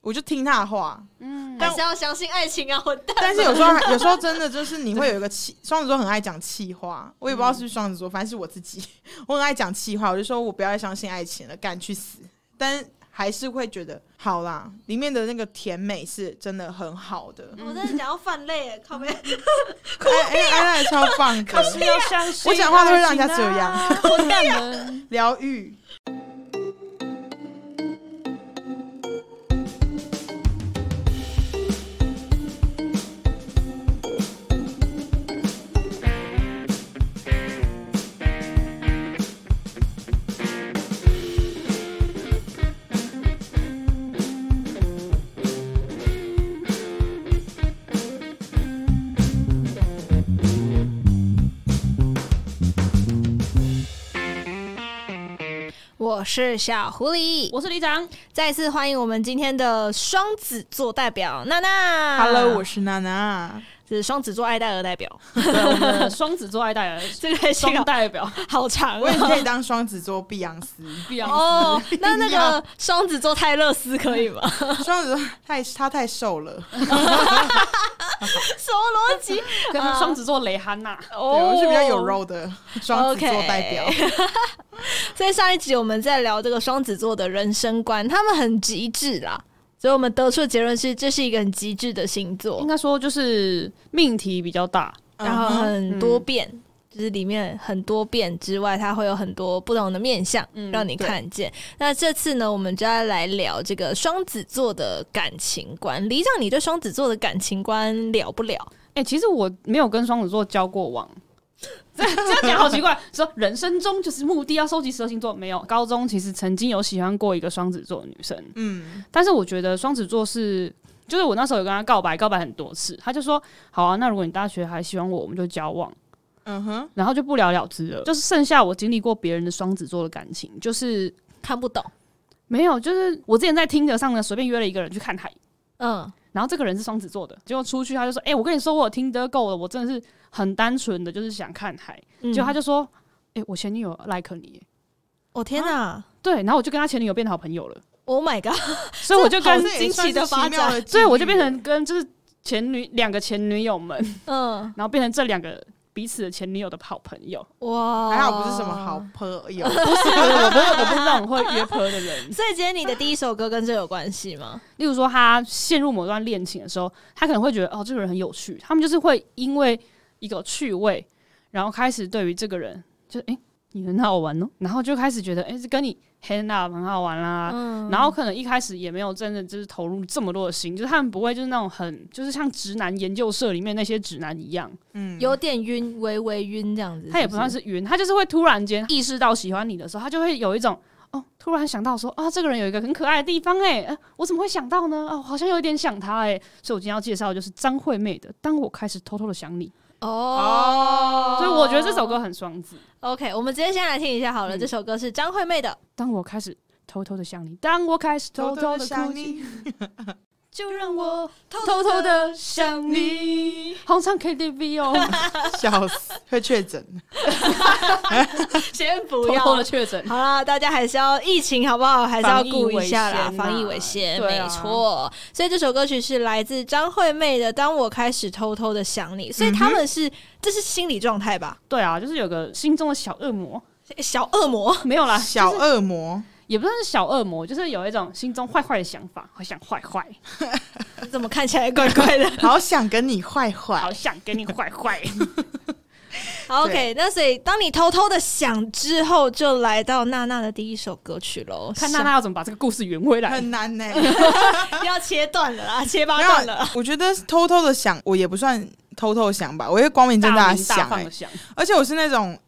我就听他的 话。嗯，但但还是要相信爱情啊， 混蛋！但是有时候还，有时候真的就是你会有一个气，双子座很爱讲气话，我也不知道是不是嗯双子座，反正是我自己， 我很爱讲气话，我就说我不要再相信爱情了，敢去死！但还是会觉得好啦，里面的那个甜美是真的很好的，我真的想要犯累了，靠背。哎哎哎，哎超棒啊可的，是啊要相信，我讲话都会让人家这样，混蛋们！ 疗愈。我是小狐狸，我是李长，再次欢迎我们今天的双子座代表娜娜。啊 Hello，我是娜娜，是双子座爱戴尔代表，对我们的双子座爱戴尔，这个还是双代表好长我也哦。可以当双子座碧昂斯，碧昂斯。哦，那 那个双子座泰勒斯可以吗？双子座太他太瘦了，什么逻辑？跟双子座蕾哈娜，啊对哦我是比较有。肉的双子座代表。 所以上一集我们在聊这个双子座的人生观，他们很极致啦，所以我们得出的结论是，这是一个很极致的星应座，该说就是命题比较大，然后嗯哼很多变。就是里面很多变之外，它会有很多不同的面相嗯让你看见。那这次呢，我们就要来聊这个双子座的感情观。李长，你对双子座的感情观了不了？哎、其实我没有跟双子座交过往， 这这样讲好奇怪。说人生中就是目的要收集十二星座，没有。高中其实曾经有喜欢过一个双子座的女生，嗯，但是我觉得双子座是，就是我那时候有跟她告白，告白很多次，她就说好啊，那如果你大学还喜欢我，我们就交往，嗯哼，然后就不了了之了。就是剩下我经历过别人的双子座的感情，就是看不懂。没有，就是我之前在听着上呢，随便约了一个人去看海。嗯，然后这个人是双子座的，结果出去他就说：“哎、我跟你说，我有听得够了，我真的是很单纯的，就是想看海。结果他嗯就就说：“哎、我前女友 like 你耶。哦我、天哪、对，然后我就跟他前女友变好朋友了， o h my god！所以我就好跟，像也惊算奇的是奇发妙展的际遇，所以我就变成跟就是前女两个前女友们，嗯，然后变成这两个彼此的前女友的好朋友。哦哇， 还好不是什么好。朋友，不是，我不是，我不是那种会约炮的人。所以今天你的第一首歌跟这有关系吗？例如说，他陷入某段恋情的时候，他可能会觉得哦，这个人很有趣，他们就是会因为一个趣味，然后开始对于这个人就是哎、诶你很好玩哦，然后就开始觉得哎、诶这跟你 hang up 很好玩啦、啊嗯然后可能一开始也没有真的就是投入这么多的心，就是他们不会就是那种很就是像直男研究社里面那些直男一样， 嗯，有点晕，微微晕这样子。他也不算是是晕，他就是会突然间意识到喜欢你的时候，他就会有一种哦，突然想到说啊，这个人有一个很可爱的地方哎、呃我怎么会想到呢？啊，我好像有一点想他哎、所以我今天要介绍的就是张惠妹的《当我开始偷偷的想你》，不是哦。所以我觉得这首歌很双子。 OK，我们直接先来听一下好了。嗯这首歌是张惠妹的，当我开始偷偷的想你，当我开始偷偷的哭想泣，你，就让我偷偷的想你。好唱 KTV 哦。笑死，会确诊。先不偷要。啊偷的确诊。好啦，大家还是要疫情好不好？还是要顾一下啦，防防疫疫为为先，先啊对啊没错。所以这首歌曲是来自张惠妹的《当我开始偷偷的想你》，所以他们是、这是心理状态吧？对啊，就是有个心中的小恶魔，小恶魔，没有啦，小就是恶魔，也不算是小恶魔，就是有一种心中坏坏的想法，好想坏坏，怎么看起来怪怪 的？好想跟你坏坏好。想跟 你坏坏。好 OK，那所以当你偷偷的想之后，就来到娜娜的第一首歌曲喽。看娜娜要怎么把这个故事圆回来。很难呢、想要切断了啦，切八没段有了。，我觉得偷偷的想，我也不算偷偷地想吧，我会光明正大大的明想、大放欸的，想，而且我是那种，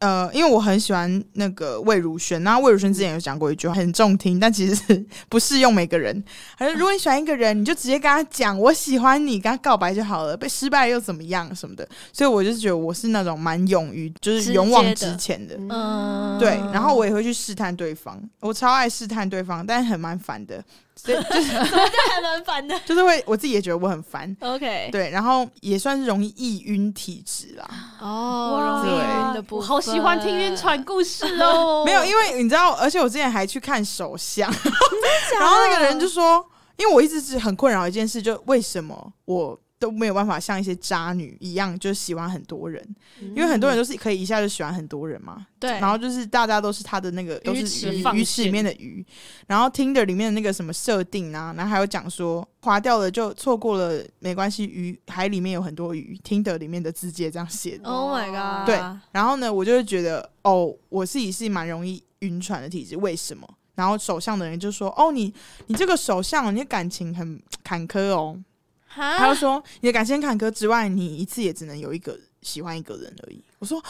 呃，因为我很喜欢那个魏如萱，然后魏如萱之前有讲过一句话，很中听，但其实是不适用每个人。还是如果你喜欢一个人，你就直接跟他讲我喜欢你，跟他告白就好了，被失败又怎么样什么的。所以我就觉得我是那种蛮勇于，就是勇往直前的。嗯，对，然后我也会去试探对方，我超爱试探对方，但很蛮烦的，所以就是 这还蛮烦的。就是会我自己也觉得我很烦， OK，对，然后也算是容易易晕体质啦。哦，对容易晕的部我分，好喜欢听晕船故事哦。没有，因为你知道，而且我之前还去看手相，然后那个人就说：“因为我一直是很困扰一件事，就为什么我都没有办法像一些渣女一样，就喜欢很多人，因为很多人都是可以一下就喜欢很多人嘛。嗯对然后就是大家都是他的那个都鱼是池鱼放鱼池里面的鱼，然后 Tinder 里面的那个什么设定啊，然后还有讲说划掉了就错过了没关系，鱼海里面有很多鱼，Tinder 里面的字节这样写的。 Oh my god！对然后呢，我就会觉得哦，我自己是蛮容易晕船的体质，为什么？然后首相的人就说：“哦，你你这个首相，你的感情很坎坷哦。他哈就，说：“你的感情很坎坷之外，你一次也只能有一个喜欢一个人而已。”我说：“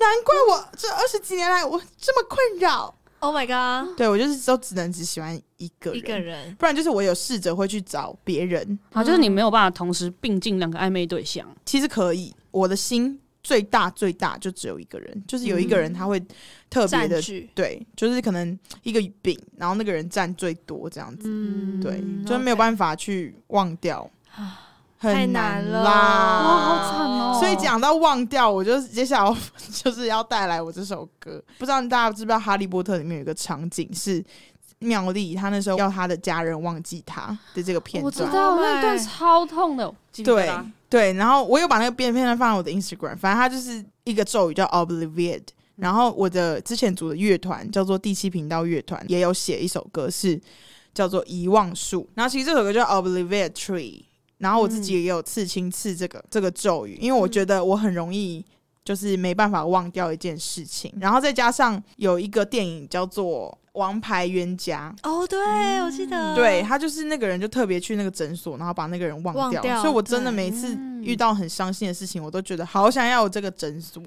难怪我这二十几年来我这么困扰， Oh my god！对我就是都只能只喜欢一个人，一个人，不然就是我有试着会去找别人，啊，就是你没有办法同时并进两个暧昧对象，其实可以，我的心最大最大就只有一个人，就是有一个人他会特别占的据，对，就是可能一个饼，然后那个人占最多这样子，嗯，对，就是没有办法去忘掉，啊太很难了，啦，哇好惨哦所以讲到忘掉，我就是接下来我 就是要带来我这首歌。不知道大家知不知道《哈利波特》里面有一个场景是妙丽，她那时候要她的家人忘记她的这个片哦我知段。道 Oh 那 my 段超痛的，鸡皮疙对瘩对，然后我有把那个片片段放在我的 Instagram，反正它就是一个咒语叫 Obliviate。然后我的之前组的乐团叫做第七频道乐团，也有写一首歌是叫做《遗忘树》，然后其实这首歌叫 Obliviate Tree。然后我自己也有刺青刺这个、这个咒语，因为我觉得我很容易就是没办法忘掉一件事情，然后再加上有一个电影叫做《王牌冤家》，哦，对，我记得，对，他就是那个人，就特别去那个诊所，然后把那个人忘掉。忘掉所以我真的对每次嗯遇到很伤心的事情，我都觉得好想要有这个诊所。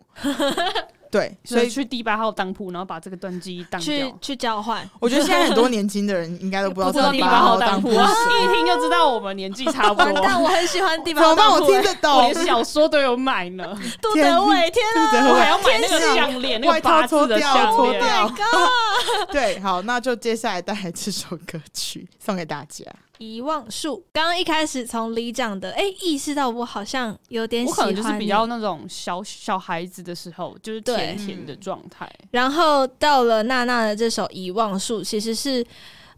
对，所所以以去第八号当铺，然后把这个断机当去掉。去交换，我觉得现在很多年轻的人应该都不知道不知道这第个八号当当铺，是什 么 一听就知道我们年纪差不完多。蛋，我很喜欢地怎么方办？当我铺，听得我懂 连。小说都有买呢，杜德伟，天啊对不对我还要买那天个哪项链，那外个套八脱字的掉，项脱链。，Oh 掉。 对，好，那就接下来带来这首歌曲送给大家。遗忘术。刚刚一开始从李讲的，哎、意识到我好像有点我喜可欢能你，就是比较那种小小孩子的时候，就是甜对甜的状态。然后到了娜娜的这首《遗忘术》，其实是，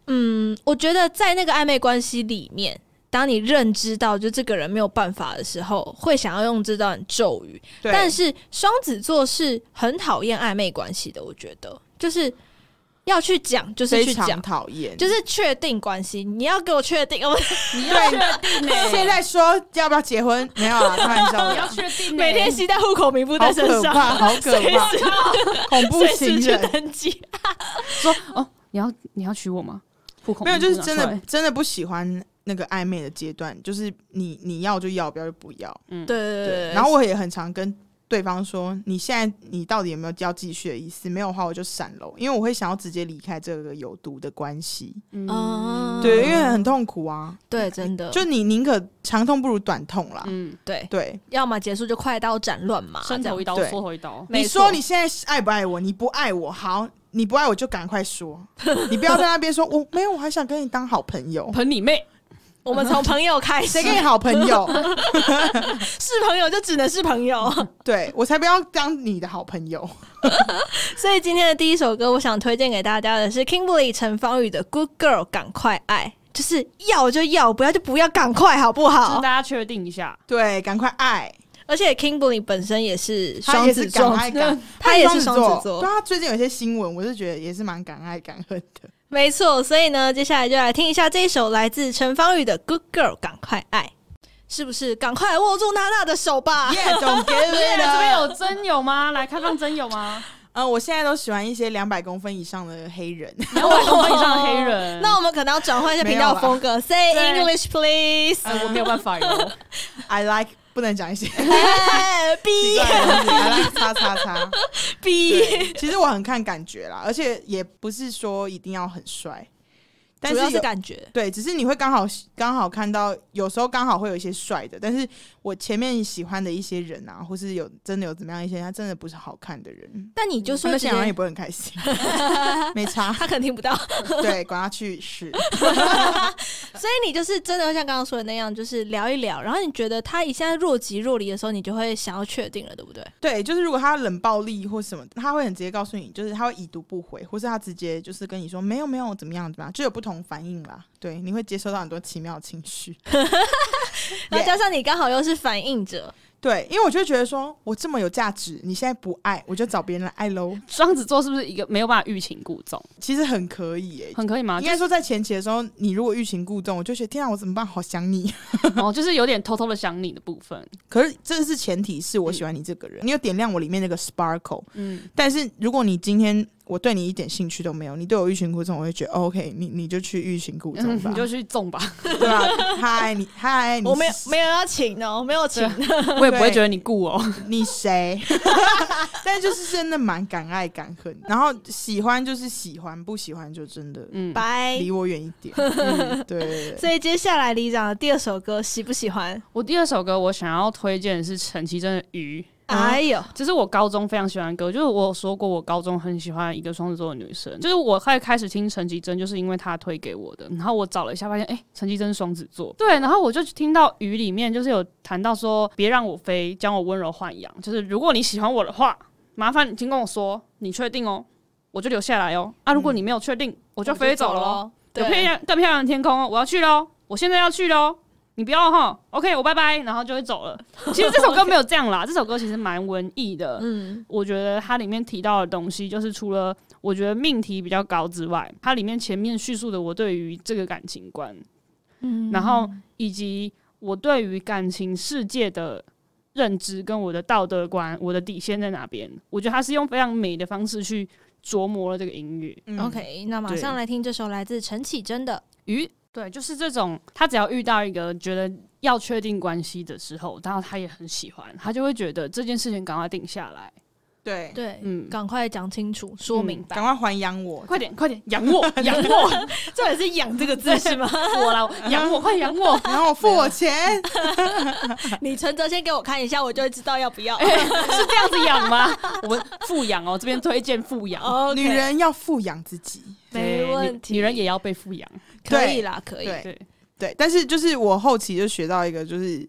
嗯，我觉得在那个暧昧关系里面，当你认知到就这个人没有办法的时候，会想要用这段咒语。对，但是双子座是很讨厌暧昧关系的，我觉得就是要去讲，就是非去常讲，讨厌。就是确定关系，你要给我确定，我你要确 定呢？现在说要不要结婚？没有啊，开玩笑 你要的。确定欸呢每天携带户口名簿在好 身可上，怕，好可怕， 恐怖随情时去人。登记。说哦，你要你要娶我吗？户口没有，就是名簿真拿出的来真的不喜欢那个暧昧的阶段，就是你你要就要，不要就不要。对对对嗯对，，然后我也很常跟对方说，你现在你到底有没有要继续的意思？没有的话，我就闪喽，因为我会想要直接离开这个有毒的关系。哦嗯对，因为很痛苦啊，对，真的就你宁可长痛不如短痛啦。嗯，对，对，要么结束就快刀斩乱麻，伸头一刀，啊对缩头一刀。没你错说你现在是爱不爱我？你不爱我，好，你不爱我就赶快说，你不要在那边说我没有，我还想跟你当好朋友。盆你妹！我们从朋友开始， 谁跟你好朋 友？是朋友就只能是朋友。对我才不要当你的好朋友。所以今天的第一首歌，我想推荐给大家的是 Kimberly 陈芳宇的《Good Girl》，赶快爱，就是要就要，不要就不要，赶快好不就是好大？家确定一下，对，赶快爱。而且 Kimberly 本身也是他双也子是敢座，爱敢，他也是双双子座对，他最近有一些新闻，我是觉得也是蛮敢爱敢恨 的。没错，所以呢，接下来就来听一下这一首来自陈芳宇的《Good Girl》，赶快爱，是不是？赶快握住娜娜的手吧 Yeah, don't give 对 it 哎啊这边 up。有真有吗？来开放真有吗？嗯，我现在都喜欢一些两百公分以上的黑 人。两百公分以上的黑 人，那我们可能要转换一下频道风格，Say 对 English please，呃我没有办法哟。 I like 不能讲一 些奇哎 B 怪的 东西。I like 叉叉叉。 B，对，其实我很看感觉啦，而且也不是说一定要很帅，但主要是有感觉。对，只是你会刚好刚好看到，有时候刚好会有一些帅的，但是我前面喜欢的一些人啊，或是有真的有怎么样一些，他真的不是好看的人，但你嗯就他说们直接显然也不会很开心，没差，他可能听不到。对，管他去死。 所以你就是真的像刚刚说的那样，就是聊一聊，然后你觉得他一下若即若离的时候，你就会想要确定了，对不对？对，就是如果他冷暴力或什么，他会很直接告诉你，就是他会已读不回，或是他直接就是跟你说没有没有怎么样怎么样，就有不同反应啦。对，你会接收到很多奇妙的情绪。然后加上你刚好又是反应者，对，因为我就会觉得说我这么有价值，你现在不爱，我就找别人来爱喽。双子座是不是一个没有办法欲擒故纵？其实很可以耶、很可 以吗？应啊就该说在前期的时候，你如果欲擒故纵，我就觉得天啊，我怎么办？好想你。啊哦，就是有点偷偷的想你的部分。 可是这是前提，是我喜欢你这个人，你有点亮我里面那个 sparkle。嗯，但是如果你今天我对你一点兴趣都没有，你对我欲擒故纵，我会觉得、哦 OK，你你就去欲擒故纵吧，嗯你就去纵吧， 对吧？嗨，你嗨，你我没有是没有要请哦，我没有 请， 我也不会觉得你顾哦。你谁？ 但就是真的蛮敢爱敢恨，然后喜欢就是喜欢，不喜欢就真的嗯，拜。离我远一点。嗯对对对，所以接下来李长的第二首歌喜不喜欢？ 我第二首歌我想要推荐的是陈绮贞的《鱼》。啊哎呦，这是我高中非常喜欢的歌，就是我有说过，我高中很喜欢一个双子座的女生，就是我开开始听陈绮贞，就是因为她推给我的。然后我找了一下，发现哎，陈绮贞是双子座，对。然后我就听到《雨》里面就是有谈到说，别让我飞，将我温柔豢养。就是如果你喜欢我的话，麻烦你先跟我说，你确定哦，我就留下来哦。啊，如果你没有确定，我我就飞走了哦。咯。有漂对，亮更漂亮的天空哦，我要去喽，我现在要去喽，你不要哈，OK，我拜拜，然后就会走 了。其实这首歌没有这样啦，这首歌其实蛮文艺的，嗯，我觉得它里面提到的东西，就是除了我觉得命题比较高之外，它里面前面叙述的我对于这个感情观，嗯，然后以及我对于感情世界的认知跟我的道德观，我的底线在哪边，我觉得它是用非常美的方式去琢磨了这个音乐。嗯 OK，那马上对来听这首来自陈绮贞的鱼，对，就是这种，他只要遇到一个觉得要确定关系的时候，然后他也很喜欢，他就会觉得这件事情赶快定下来，对，《对》，嗯，赶快讲清楚，说明白。赶快还养我。快点，快点，养我，养我， 重点是“养”这个字 是吗？ 我啦，养我，快养我。然后我付我钱，你存折先给我看一下，我就会知道要不要。哎是这样子养吗？我们富养哦，这边推荐富养，哦，女人要富养自己。对没问题，女，女人也要被富养，可对以啦，可以。对对，对，但是就是我后期就学到一个，就是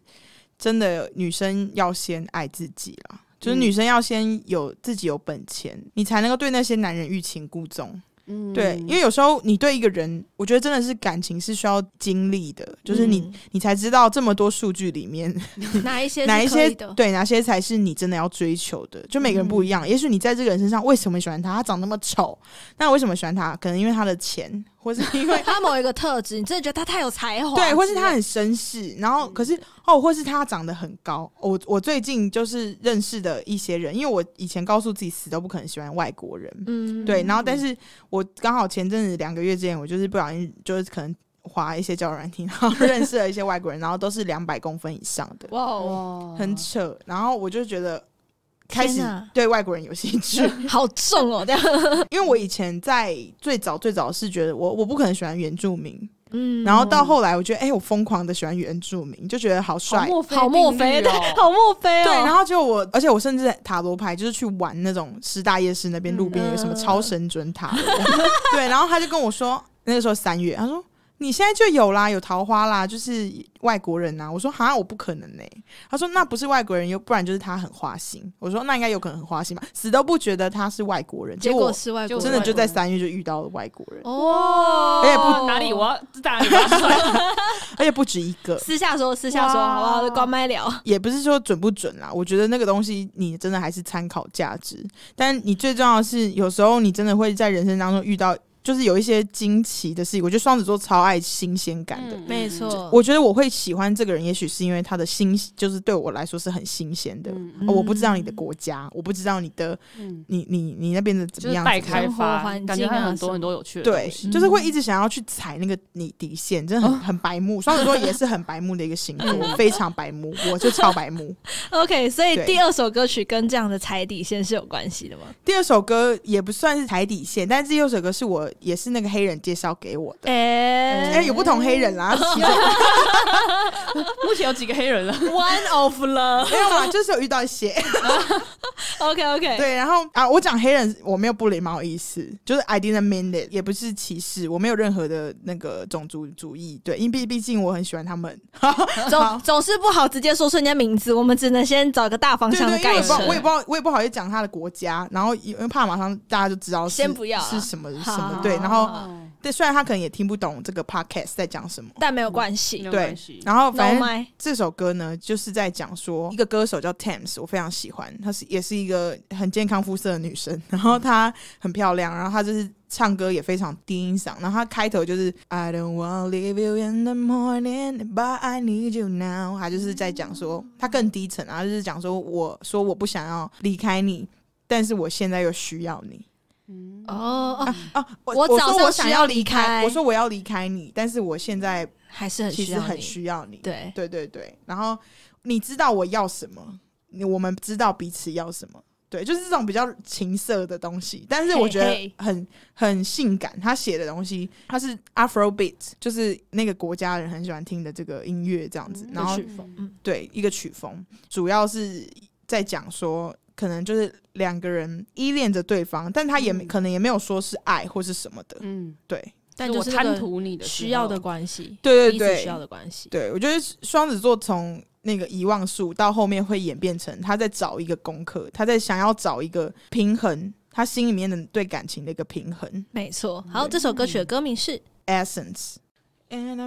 真的女生要先爱自己啦，就是嗯女生要先有自己有本钱，你才能够对那些男人欲擒故纵。嗯对，因为有时候你对一个人，我觉得真的是感情是需要经历的，就是你、你才知道这么多数据里面嗯哪一些哪一嗯是可些以的，嗯对哪些才是你真的要追求的，就每个人不一样。也许你在这个人身上为什么喜欢他？他长那么丑，那为什么喜欢他？可能因为他的钱，或是因为他某一个特质，你真的觉得他太有才华之类的，对，或是他很绅士，然后可是哦，或是他长得很高。我我最近就是认识的一些人，因为我以前告诉自己死都不可能喜欢外国人，嗯对，然后但是我刚好前阵子两个月之前，我就是不小心就是可能滑一些交友软体，然后 认识了一些外国人，然后都是两百公分以上的，哇哦，哇很扯。然后我就觉得开天始哪对外国人有兴趣， 好重哦，这样，因为我以前在最早最早是觉得我我不可能喜欢原住民，嗯然后到后来我觉得哎、我疯狂的喜欢原住民，就觉得好帅好。墨菲好墨菲的的，，好墨菲哦，对，然后就我，而且我甚至塔罗牌就是去玩那种师大夜市那边路边有什么嗯超神准塔罗， 对，然后他就跟我说，那个时候三月，他说你现在就有啦，有桃花啦，就是外国人啊呐、我说哈，我不可能呢、他说那不是外国人，又不然就是他很花心。我说那应该有可能很花心吧，死都不觉得他是外国人，结结果果是外国我人，真的就在哎三月就遇到了外国人， 哦，而且不哪里我要哪里我要帅，而且不止一个，私下说，私下说，哇好不好？关麦聊，也不是说准不准啦，我觉得那个东西你真的还是参考价值，但你最重要的是，有时候你真的会在人生当中遇到，就是有一些惊奇的事情。我觉得双子座超爱新鲜感的。嗯没错，我觉得我会喜欢这个人，也许是因为他的新，就是对我来说是很新鲜的、嗯哦我不知道你的国家，我不知道你的，嗯，你你你那边的怎就么是样？待怎么样开生活发，环感觉境它啊很什多很么多有趣的东对西， 就是会一直想要去踩那个你底线，真的哦很、很白目。双子座也是很白目的一个星 座，非常白目，我就超白目。 OK，所以对第二首歌曲跟这样的踩底线是有关系的吗？第二首歌也不算是台底线，但是第二首歌是我也是那个黑人介绍给我的。哎、哎有不同黑人 啦，其中目前有几个黑人了？ ，One of Love，没有嘛，就是有遇到一些。 OK OK，对，然后啊，我讲黑人我没有不礼貌意思，就是 I didn't mean it，也不是歧视，我没有任何的那个种族主义。对，因为毕毕竟我很喜欢他们。 总总是不好直接说出人家名字，我们只能先找个大方对向的对，因为我概也不念好，。我也不好，我也不好意思讲他的国家，然后因为怕马上大家就知道是先不要啊是什么什好么好。对，好然好后好哦对，虽然他可能也听不懂这个 podcast 在讲什么，但没有关系 没有对关系然后，No 反正 my，这首歌呢，就是在讲说一个歌手叫 Tams，我非常喜欢，她是也是一个很健康肤色的女生，然后她很漂亮，然后她就是唱歌也非常低音嗓，然后她开头就是 I don't want to leave you in the morning, but I need you now，她就是在讲说她更低沉啊，她就是讲说我说我不想要离开你，但是我现在又需要你嗯哦哦，啊，我我我早说上我需想要要离离开，开我说我要离开你，但是我现在还是很其需实要很你需要你，对，对对对，然后你知道我要什么，你我们知道彼此要什么，对，就是这种比较情色的东西，但是我觉嘿得嘿很很性感。他写的东西，他是 Afro beat，就是那个国家人很喜欢听的这个音乐这样子，然后曲风，嗯，对一个曲风，主要是在讲说。可能就是两个人依恋着对方，但他也、嗯可能也没有说是爱或是什么的，嗯，对，但我就是那贪个图你的时候需 要的，关系，对彼对此对，需要的关系。对，我觉得双子座从那个遗忘术到后面会演变成他在找一个功课，他在想要找一个平衡，他心里面的对感情的一个平衡。没错，好，这首歌曲的歌名是 Essence。In the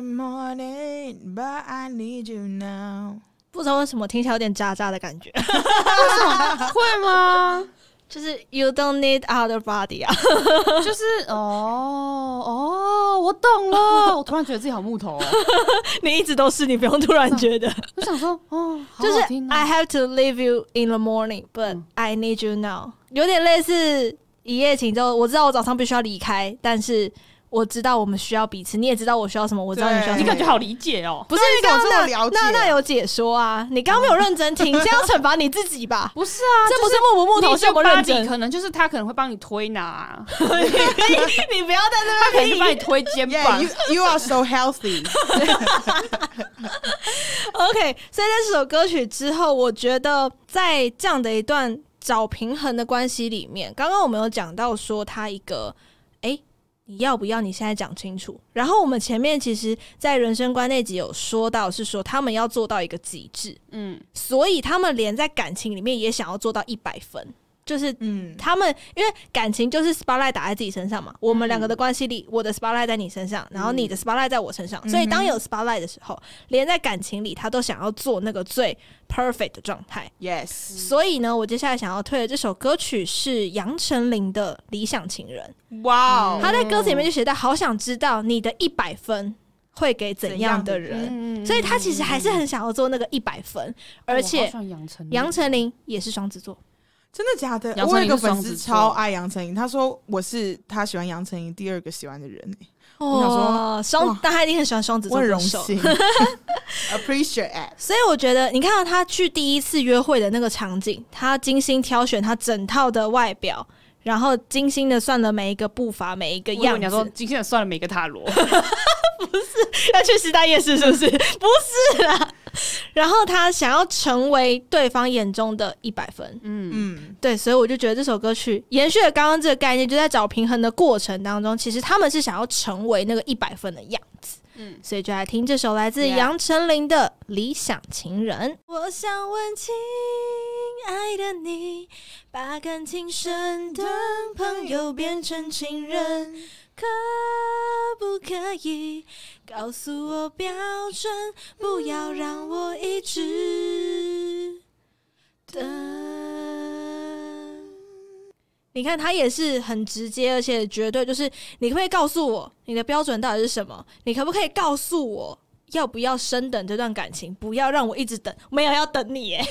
morning, but I need you now。不知道为什么听起来有点渣渣的感觉，会吗？就是 You don't need other body 啊，就是哦哦，我懂了，我突然觉得自己好木头哦，你一直 都是，啊你不用突然觉得，我想说哦，好就是好听哦 I have to leave you in the morning, but 嗯 I need you now，有点类似一夜情之后，我知道我早上必须要离开，但是我知道我们需要彼此，你也知道我需要什么，我知道你需要对什你么感。觉好理解哦，。不是对你刚刚你怎么这么了那解那那有解说啊，你刚刚没有认真听，这样惩罚你自己吧不是 啊，这不是木不木你头，是就我认真。 body 可能就是他可能会帮你推拿 啊， 你不要在他那可能就边听帮你推肩膀 Yeah, you you are so healthy 。 OK，所以在这首歌曲之后，我觉得在这样的一段找平衡的关系里面，刚刚我们有讲到说他一个，诶，你要不要？你现在讲清楚。然后我们前面其实，在人生观那集有说到，是说他们要做到一个极致，嗯，所以他们连在感情里面也想要做到一百分，就是 嗯，他们因为感情就是 spotlight 打在自己身上嘛，我们两个的关系里，我的 spotlight 在你身上，然后你的 spotlight 在我身上，嗯嗯所以当有 spotlight 的时候，连在感情里，他都想要做那个最 perfect 的状态。 Yes。所以呢，我接下来想要推的这首歌曲是杨丞琳的《理想情人》，哇嗯哦，他在歌词里面就写到：“好想知道你的一百分会给怎样的人。”嗯所以他其实还是很想要做那个一百分，而哦且杨丞杨丞琳也是双子座，真的假的？杨我丞有一琳个是粉双丝子超座爱杨丞琳，他说我是他喜欢杨丞琳第二个喜欢的人，我想哦，双哇，但他一定很喜欢双子我座很歌荣手。幸，appreciate it。所以我觉得，你看到他去第一次约会的那个场景，他精心挑选他整套的外表，然后精心的算了每一个步伐、每一个我以为样你子。要说今天算了每个塔罗，要去时代夜市是不 是？不是啦。然后他想要成为对方眼中的一百分， 嗯，嗯，对，所以我就觉得这首歌曲延续了刚刚这个概念，就在找平衡的过程当中，其实他们是想要成为那个一百分的样子。嗯嗯，所以就来听这首来自 Yeah 杨丞琳的《理想情人》。我想问，亲爱的你，把感情升的朋友变成情人，可不可以告诉我标准？不要让我一直等。你看，他也是很直接，而且绝对就是，你可不可以告诉我你的标准到底是什么？你可不可以告诉我要不要升等这段感情？不要让我一直等，没有要等你耶。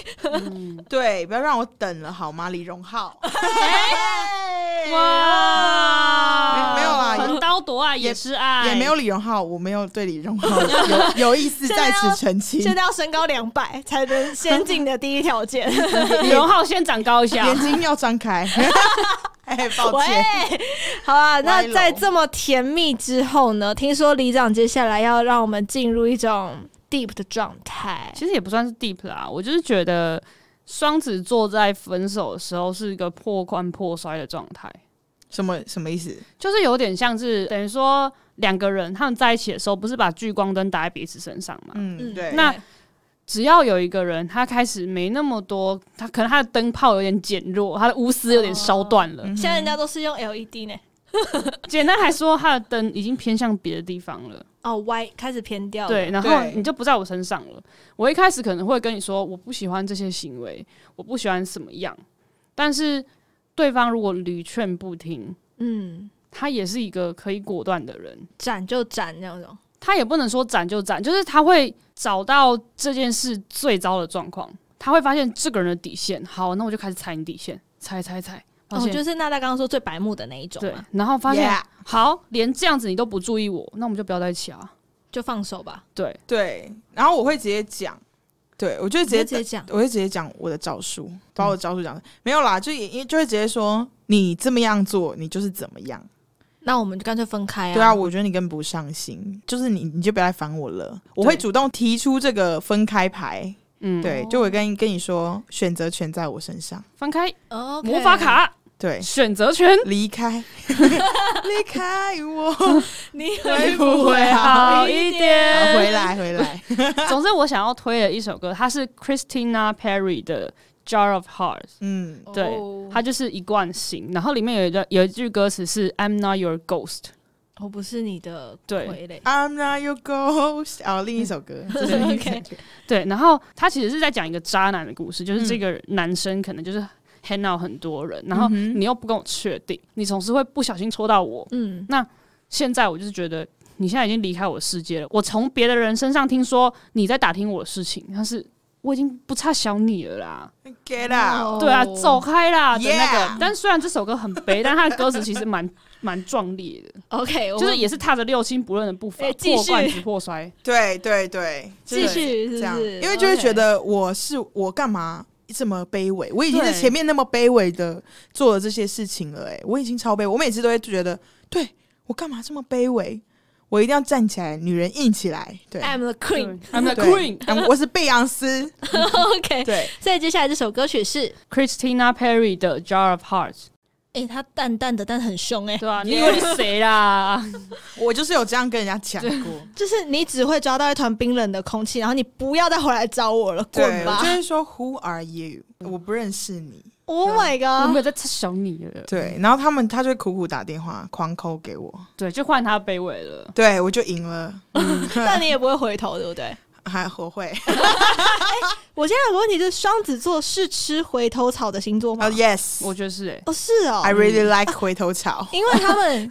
对，不要让我等了好吗？李荣浩哎哇没没有啦横刀夺爱也也是爱，也没有 李荣浩，我没有对李荣浩有有意思，在此澄清。现在要升高两百才能先进的第一条件。 李荣浩先长高一下，眼睛要张开。 哎，抱歉，喂，好啊，那歪楼在这么甜蜜之后呢？听说李长接下来要让我们进入一种 deep 的状态。其实也不算是 deep 啦，我就是觉得双子座在分手的时候是一个破罐破摔的状态，什么什么意思？就是有点像是等于说两个人他们在一起的时候，不是把聚光灯打在彼此身上嘛？嗯，对，那只要有一个人他开始没那么多，他可能他的灯泡有点减弱，他的钨丝有点烧断了。嗯现在人家都是用 LED 呢，简单来说，他的灯已经偏向别的地方了。哦歪开始偏掉了，对，然后对你就不在我身上了。我一开始可能会跟你说，我不喜欢这些行为，我不喜欢什么样，但是对方如果屡劝不听，嗯，他也是一个可以果断的人，斩就斩那种，他也不能说斩就斩，就是他会找到这件事最糟的状况，他会发现这个人的底线。好，那我就开始踩你底线，踩踩踩，发哦，现、就是娜娜刚刚说最白目的那一种啊对嘛，，然后发现 Yeah，好，连这样子你都不注意我，那我们就不要在一起啊。就放手吧，对，对，然后我会直接讲，对我就直直接接直接讲，我会直接讲我的招数，把我的招数讲、没有啦，就也因为就会直接说你这么样做，你就是怎么样。那我们就干脆分开啊，对啊，我觉得你根本不上心，就是你你就不要来烦我了。我会主动提出这个分开牌，嗯，对，就我跟跟你说，选择权在我身上，翻开哦 OK 魔法，卡对，选择权。嗯离 开，离开我，你会不会好好一一啊点？回来回来， 总之，我想要推的一首歌，它是 Christina Perry 的《Jar of Hearts》。嗯，对哦它就是一贯性，然后里面有一个有一句歌词是 "I'm not your ghost"，我哦不是你的对傀儡， I'm not your ghost。哦，另一首歌， 这 是 OK 对，然后他其实是在讲一个渣男的故事，嗯就是这个男生可能就是 hang out 很多人，嗯然后你又不跟我确定，你总是会不小心戳到我。嗯，现在我就是觉得你现在已经离开我的世界了，我从别的人身上听说你在打听我的事情，但是我已经不差小你了啦， Get out。哦对啊，走开啦的那个。 Yeah 但虽然这首歌很 悲，但它的歌词其实蛮蛮壮烈的。 OK，我就们是也是踏着六亲不认的步伐，哎继破续罐子破摔。对对对，继就是续这是样，不是？因为就会 OK 觉得我是我干嘛这么卑微？我已经在对前面那么卑微的做了这些事情了、哎，我已经超卑微。我每次都会觉得，对我干嘛这么卑微？我一定要站起来，女人硬起来。对 I'm the queen， I'm the 对 Queen。 嗯我是贝昂斯。 OK， 对，所以接下来这首歌曲是， Christina Perry 的 Jar of Hearts，哎、它淡淡的，但很凶哎、对吧、啊？你以为你谁 啦？ 我就是有这样跟人家讲过。就是你只会抓到一团冰冷的空气，然后你不要再回来找我了，对，滚我吧就会说 Who are you？我不认识你。 ！Oh my 我没嗯 god！有在插小你了。对，然后他们他就会苦苦打电话，狂扣给我，对，就换他卑微了。对我就赢了， 但你也不会回头，对 不对？还我会。我现在有个问题就是，双子座是吃回头草的星座 吗？哦、y e s 我觉得是哎、哦，是哦 I，really like 回头 草。因为他们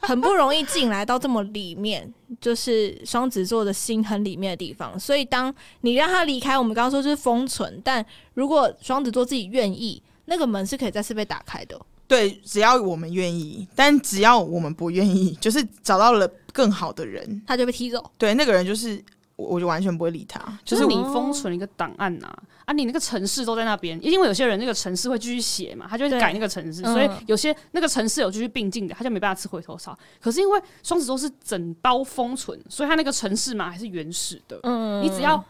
很不容易进来到这么里面， 就是双子座的心很里面的地方。所以，当你让他离开，我们刚刚说就是封存，但如果双子座自己愿意，那个门是可以再次被打开的。对，只要我们愿意，但只要我们不愿意， 就是找到了更好的人，他就被踢走。对那个人就是我，我就完全不会理他。就就是是你哦封存一个档案呐、啊，你那个城市都在那边，因为有些人那个城市会继续写嘛，他就会对改那个城市，嗯所以有些那个城市有继续并进的，他就没办法吃回头草。可是因为双子座是整包封存，所以他那个城市嘛还是原始的，嗯你只要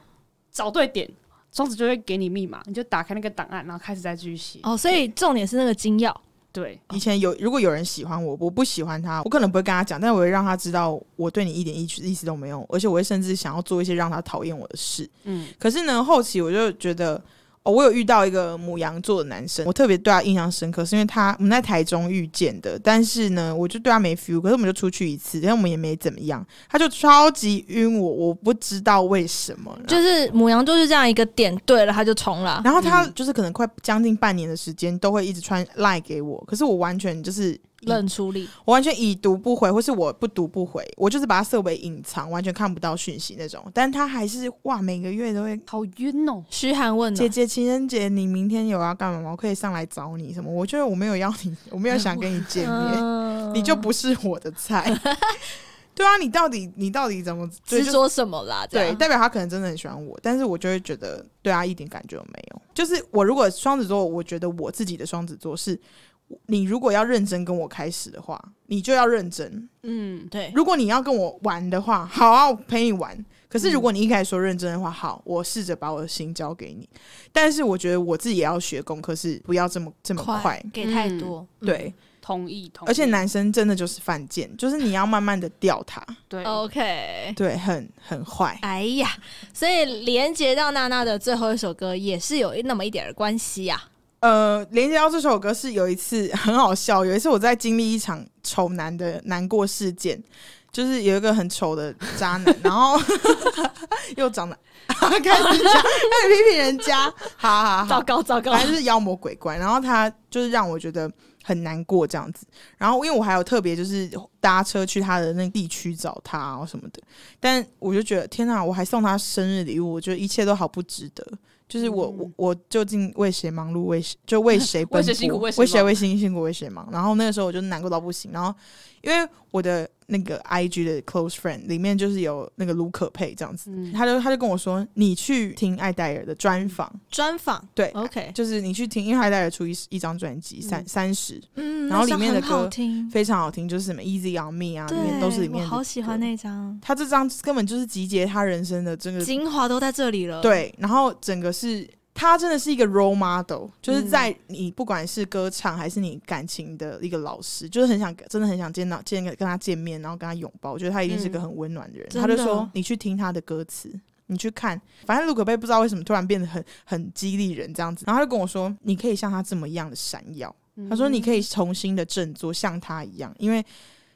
找对点，双子就会给你密码，你就打开那个档案，然后开始再继续写。哦，所哦以重点是那个金钥。对，以前有，如果有人喜欢我，我不喜欢他，我可能不会跟他讲，但我会让他知道我对你一点意思意思都没有，而且我会甚至想要做一些让他讨厌我的事。嗯，可是呢，后期我就觉得，哦，我有遇到一个母羊座的男生，我特别对他印象深刻，是因为他我们在台中遇见的，但是呢，我就对他没 feel，可是我们就出去一次，但我们也没怎么样，他就超级晕我，我不知道为什么。就是哦母羊座是这样一个点对了，他就冲了。然后他就是可能快将近半年的时间都会一直传赖给我，可是我完全就是冷处理，我完全已读不回，或是我不读不回，我就是把它设为隐藏，完全看不到讯息那种。但他还是哇，每个月都会好晕哦。嘘寒问姐暖。姐，情人节你明天有要干嘛吗？我可以上来找你什么？我觉得我没有要你，我没有想跟你见面，嗯你就不是我的菜。 对啊，你到底你到底怎么对执就着什么啦？这对，样代表他可能真的很喜欢我，但是我就会觉得对啊他一点感觉都没有。就是我如果双子座，我觉得我自己的双子座是，你如果要认真跟我开始的话，你就要认真；嗯，对，如果你要跟我玩的话，好啊，我陪你玩。可可是如果你一开始说认真的话，好，我试着把我的心交给你。但是我觉得我自己也要学功课，是不要这么这么快。快给太多，嗯对，同意同意，而且男生真的就是犯贱，就是你要慢慢的吊他，对，嗯哦，OK。对，很很坏。哎呀，所以连接到娜娜的最后一首歌也是有那么一点儿关系啊呀、呃，连接到这首歌是有一次很好笑，有一次我在经历一场丑男的难过事件，就是有一个很丑的渣 男，然后又长得 开始讲，开始批评人家，好好好，糟糕糟糕，反正就是妖魔鬼怪。然后他就是让我觉得很难过这样子。然后因为我还有特别就是搭车去他的那个地区找他啊什么的，但我就觉得天哪，我还送他生日礼物，我觉得一切都好不值得。就是我、嗯我我究竟为谁忙碌，为谁就为 谁奔波，为谁辛苦为谁为谁忙为辛辛苦为谁忙。然后那个时候我就难过到不行。然后因为我的那个 IG 的 close friend 里面就是有那个卢可佩这样子，嗯他就他就跟我说，你去听艾戴尔的专访，专访对，哦，OK，就是你去听，因为海带尔出一一张专辑三三十，嗯，然后那首里面的很好歌听，非常好听，就是什么 Easy on Me 啊，里面对，都是里面我的好喜欢歌那张，他这张根本就是集结他人生的这个精华都在这里了，，对，然后整个是他真的是一个 role model，就是在你不管是歌唱还是你感情的一个老师，就是很想真的很想见到见跟他见面，然后跟他拥抱，我觉得他一定是个很温暖的人。嗯真他就的说你去听他的歌词。你去看，反正卢可贝不知道为什么突然变得很很激励人这样子，然后他就跟我说，你可以像他这么一样的闪耀。嗯他说你可以重新的振作，像他一样，因为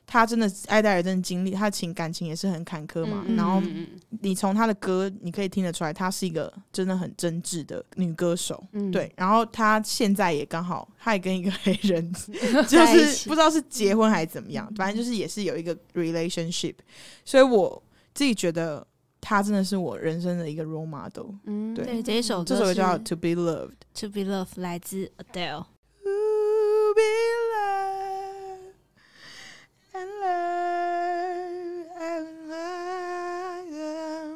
他真的艾戴尔真的经历，他的情感情也是很坎坷嘛。嗯然后嗯嗯你从他的歌，你可以听得出来，她是一个真的很真挚的女歌手。嗯对，然后她现在也刚好，她也跟一个黑人， 就在一起嗯是不知道是结婚还是怎么样，反正就是也是有一个 relationship，所以我自己觉得她真的是我人生的一个 role model。嗯对对，这一首歌这首歌叫《To 是 Be Loved》。 To Be Loved》，来自 Adele。 To be loved and loved and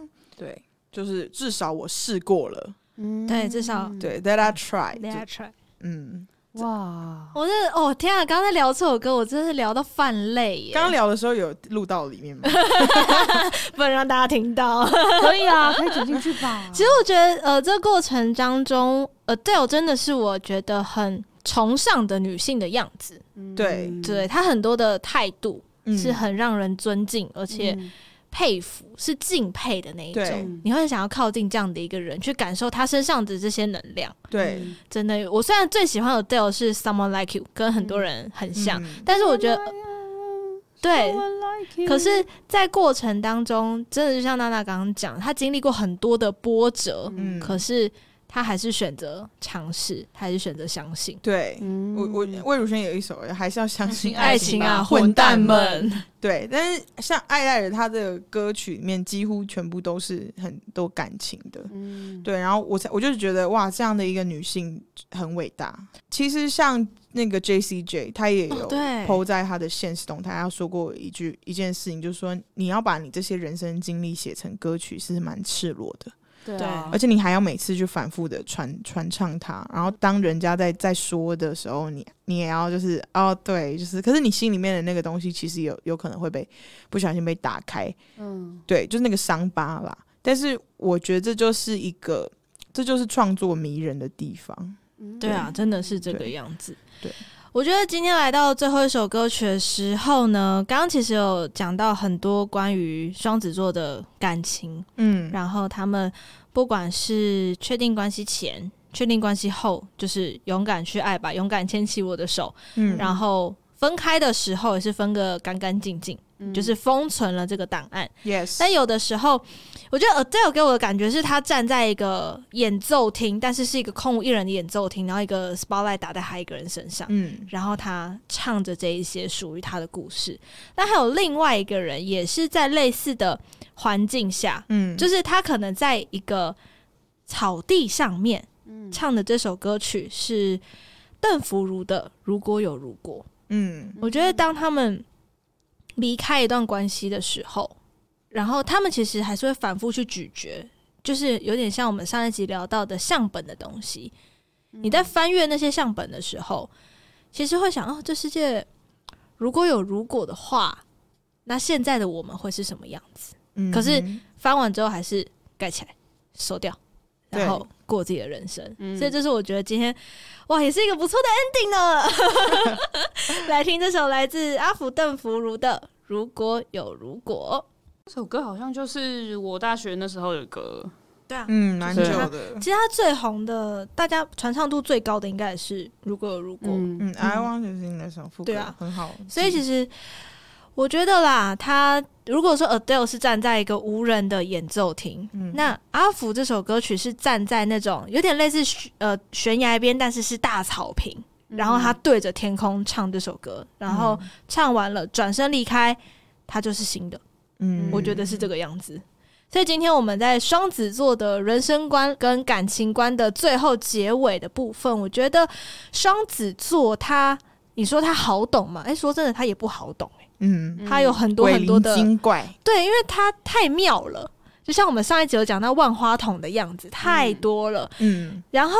loved 对，就是至少我试过了，嗯对至少对，That I tried， Let's 就 try。嗯，哇，我这哦天啊！刚才聊这首歌，我真是聊到泛泪耶，刚聊的时候有录到里面吗？不能让大家听 到。可以啊， 可以剪进去吧。其实我觉得，呃，这过程当中，Adele 真的是我觉得很崇尚的女性的样子，嗯对对她很多的态度嗯是很让人尊敬，而且嗯佩服，是敬佩的那一对种。你会想要靠近这样的一个人，去感受她身上的这些能量。对，真的，我虽然最喜欢 Adele 是 Someone Like You，跟很多人很像，嗯但是我觉得嗯哎对。对可是，在过程当中，真的就像娜娜刚刚讲，她经历过很多的波折，嗯可是她还是选择尝试，她还是选择相信对。嗯我我魏如萱有一首还是要相信爱爱情情啊啊，混混蛋蛋们们！对，但是像艾戴尔她的歌曲里面几乎全部都是很多感情的，嗯对，然后我才我就觉得哇，这样的一个女性很伟大。其实像那个 J C J，她也哦有对 PO 在她的现实动态，她说过一句一件事情，就是说你要把你这些人生经历写成歌曲是蛮赤裸的，对对啊而且你还要每次去反复的传传唱它。然后当人家在在说的时候，你你也要就是哦对，就是可是你心里面的那个东西，其实有有可能会被不小心被打开，嗯对，就是那个伤疤啦。但是我觉得这就是一个，这就是创作迷人的地方。嗯对啊，真的是这个对样子。对我觉得今天来到最后一首歌曲的时候呢，刚刚其实有讲到很多关于双子座的感情，嗯然后他们不管是确定关系前、确定关系后，就是勇敢去爱吧，勇敢牵起我的手，嗯然后分开的时候也是分个干干净净，嗯就是封存了这个档案。 yes，但有的时候，我觉得 Adele 给我的感觉是他站在一个演奏厅，但是是一个空无一人的演奏厅，然后一个 spotlight 打在他一个人身上。嗯然后他唱着这一些属于他的故事，那还有另外一个人也是在类似的环境下，嗯，就是他可能在一个草地上面，唱的这首歌曲是邓福如的《如果有如果》。嗯我觉得当他们离开一段关系的时候，然后他们其实还是会反复去咀嚼，就是有点像我们上一集聊到的相本的东西。你嗯在翻阅那些相本的时候，其实会想哦，这世界如果有如果的话，那现在的我们会是什么样子？嗯可是哼翻完之后还是盖起来收掉，然后过自己的人生。嗯所以这是我觉得今天哇，也是一个不错的 ending 呢。来 听这首来自阿福邓福如的《如果有如果这首歌好像就是我大学那时候的歌，》。对啊嗯，蛮久对的。其实他最红的，大家传唱度最高的应该也是《如果有如果》嗯，嗯，I want to sing 那首副歌对啊很好记，所以其实我觉得啦，他如果说 Adele 是站在一个无人的演奏厅，嗯那阿福这首歌曲是站在那种有点类似悬呃悬崖边，但是是大草坪，嗯然后他对着天空唱这首歌，然后唱完了转身离开，他就是新的，嗯我觉得是这个样子。所以今天我们在双子座的人生观跟感情观的最后结尾的部分，我觉得双子座他，你说他好懂吗？哎、说真的，他也不好懂、诶嗯，嗯他有很多鬼很多灵的精怪，对，因为它太妙了，就像我们上一集有讲到万花筒的样子太多了，嗯然后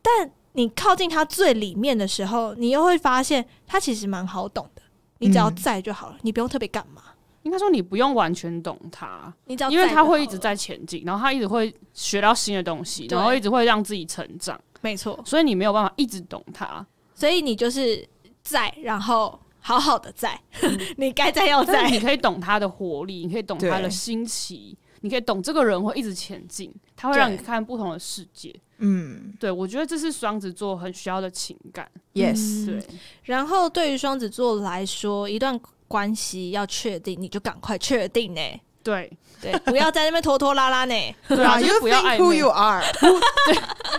但你靠近它最里面的时候，你又会发现它其实蛮好懂的，你只要嗯在就好了，你不用特别干嘛，应该说你不用完全懂它，你只要因为在它就会好一直了，在前进，然后它一直会学到新的东西，对然后一直会让自己成长，没错，所以你没有办法一直懂它。所以你就是在，然后好好的在，嗯 你该在要啊但在是，你可以懂它的 活力，你可以懂它的新奇，你可以懂这个人会一直前进，他会让你对看不同的世界。嗯对我觉得这是双子座很需要的情感。 ，yes，嗯对，然后对于双子座来说，一段关系要确定，你就赶快确定呢、 对，对，不要在那边拖拖拉拉呢、对啊，就 you 是不要 think 暧 who you 昧， are，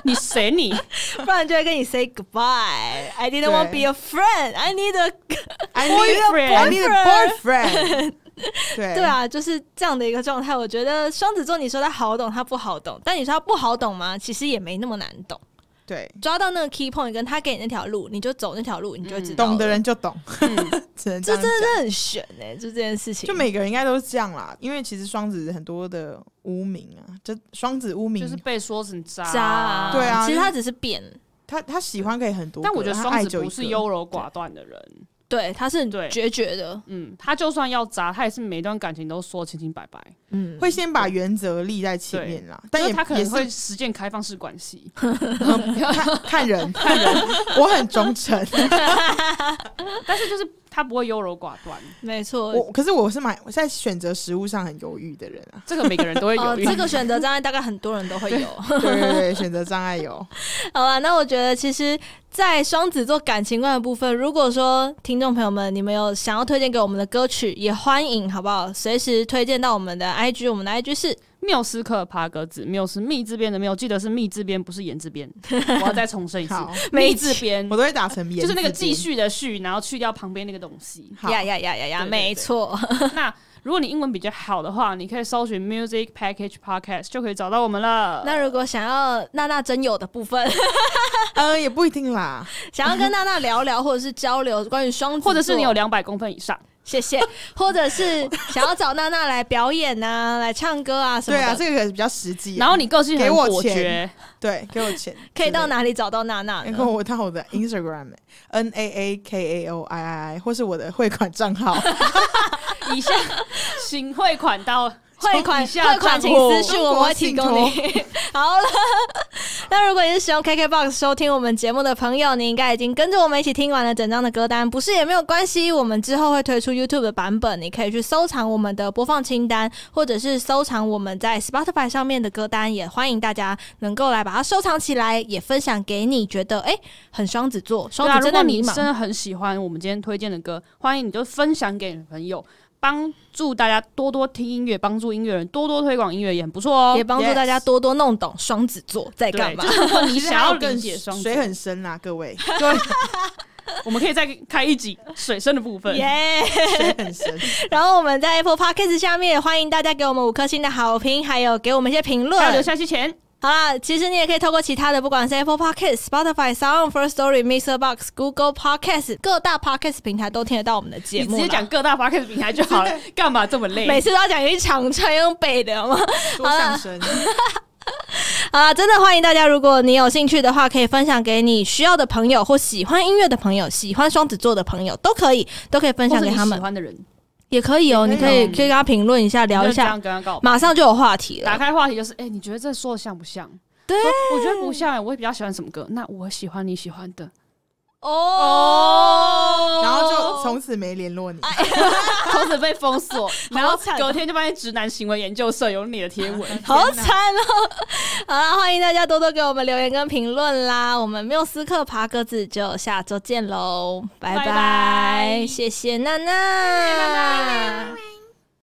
你 谁你？不然就会跟你 say goodbye。I didn't want to be a friend. I need a I need a I need a boyfriend。对对，啊，就是这样的一个状态。我觉得双子座，你说他好懂，他不好懂；但你说他不好懂吗？其实也没那么难懂。对，抓到那个 key point，跟他给你那条路，你就走那条路，你就会知道了。懂的人就懂，嗯 只能这这样真讲。的很悬哎、就这件事情。就每个人应该都是这样啦，因为其实双子很多的污名啊，就双子污名，就是被说成渣渣啊对啊其实他只是变，他他喜欢可以很多个，但我觉得他双爱子就不一是个优柔寡断的人，对，他是很对决绝的，嗯，他就算要渣，他也是每一段感情都说清清白白，嗯，会先把原则立在前面啦，但就也是他可也能是会实践开放式关系， 看看人看人， 我很忠诚，但是就是他不会优柔寡断，没错。我可是我是蛮我在选择食物上很犹豫的人 啊，这个每个人 都会哦，犹豫。这个选择障碍大概很多人都会有。对对对，选择障碍有，好了，那我觉得其实，在双子座感情观的部分，如果说听众朋友们你们有想要推荐给我们的歌曲，也欢迎好不好？随时推荐到我们的 IG，我们的 IG 是缪斯克爬格子，缪是密字边的缪，记得是密字边，不是言字边。 我要再重申一次，好，密字边我都会打成言，就是那个继，续的续，然后去掉旁边那个东西。 好，呀呀呀呀呀，对对对没错，那如果你英文比较好的话，你可以搜寻 Music Package Podcast 就可以找到我们了。那如果想要娜娜真友的部分， 呃，也不一定啦，想要跟娜娜聊聊或者是交流关于双子座，或者是你有两百公分以上，谢谢，或者是想要找娜娜来表演啊，来唱歌啊什么对的，啊，这个可能比较实际啊，然后你个性给很我果钱决，对，给我钱可以到之类的哪里找到娜娜然呢？后哎我到我的 Instagram 哎 N A A K A O I I I，或是我的汇款账号，以下行汇款到汇款以下汇款账请户私讯，我们会提供 中国哦你。 好了， 那如果你是使用 KKBOX 收听我们节目的朋友，你应该已经跟着我们一起听完了整张的歌单，不是也没有关系。我们之后会推出 YouTube 的版本，你可以去收藏我们的播放清单，或者是收藏我们在 Spotify 上面的歌单，也欢迎大家能够来把它收藏起来，也分享给你觉得哎、诶很双子座，对双啊，子如真果的你迷真茫。的很喜欢我们今天推荐的歌，欢迎你就分享给你的朋友，帮助大家多多听音乐，帮助音乐人多多推广音乐也很不错哦也。帮助大家 Yes 多多弄懂双子座在对，干嘛就。是如 果你其实想还有要理更解双子水，很深啦，各 位，我们可以再开一集水深的部 分。耶！水很深，然后我们在 Apple Podcast 下面也欢迎大家给我们五颗星的好评，还有给我们一些评还有留论。下去前，好啦，其实你也可以透过其他的，不管是 Apple Podcast、Spotify、Sound First Story、Mixer Box、Google Podcast 各大 Podcast 平台都听得到我们的节你目直啦。接讲各大 p o d 平台就好 了，干嘛这么累？每次都要讲一长串用背的好吗？ 说相声，好啦，真的欢迎大家，如果你有兴趣的话，可以分享给你需要的朋友，或喜欢音乐的朋友，喜欢双子座的朋友都可以，都可以分或享是给你他们喜。欢的人，也可以哦，也你可以可以哦可以跟他评论一下，聊一就这下，样跟他告白。马上就有话题打了。开话题就是，哎、你觉得这说的像不像？对说我觉得不像、哎，我也比较喜欢什么歌？那我喜欢你喜欢的，哦然后就从此没联络你。从此被封锁，然后惨哦隔天就发现直男行为研究社有你的贴文，好惨哦！ 好啦，欢迎大家多多给我们留言跟评论啦。我们缪斯克爬格子就下周见喽，拜拜拜谢谢娜娜。啊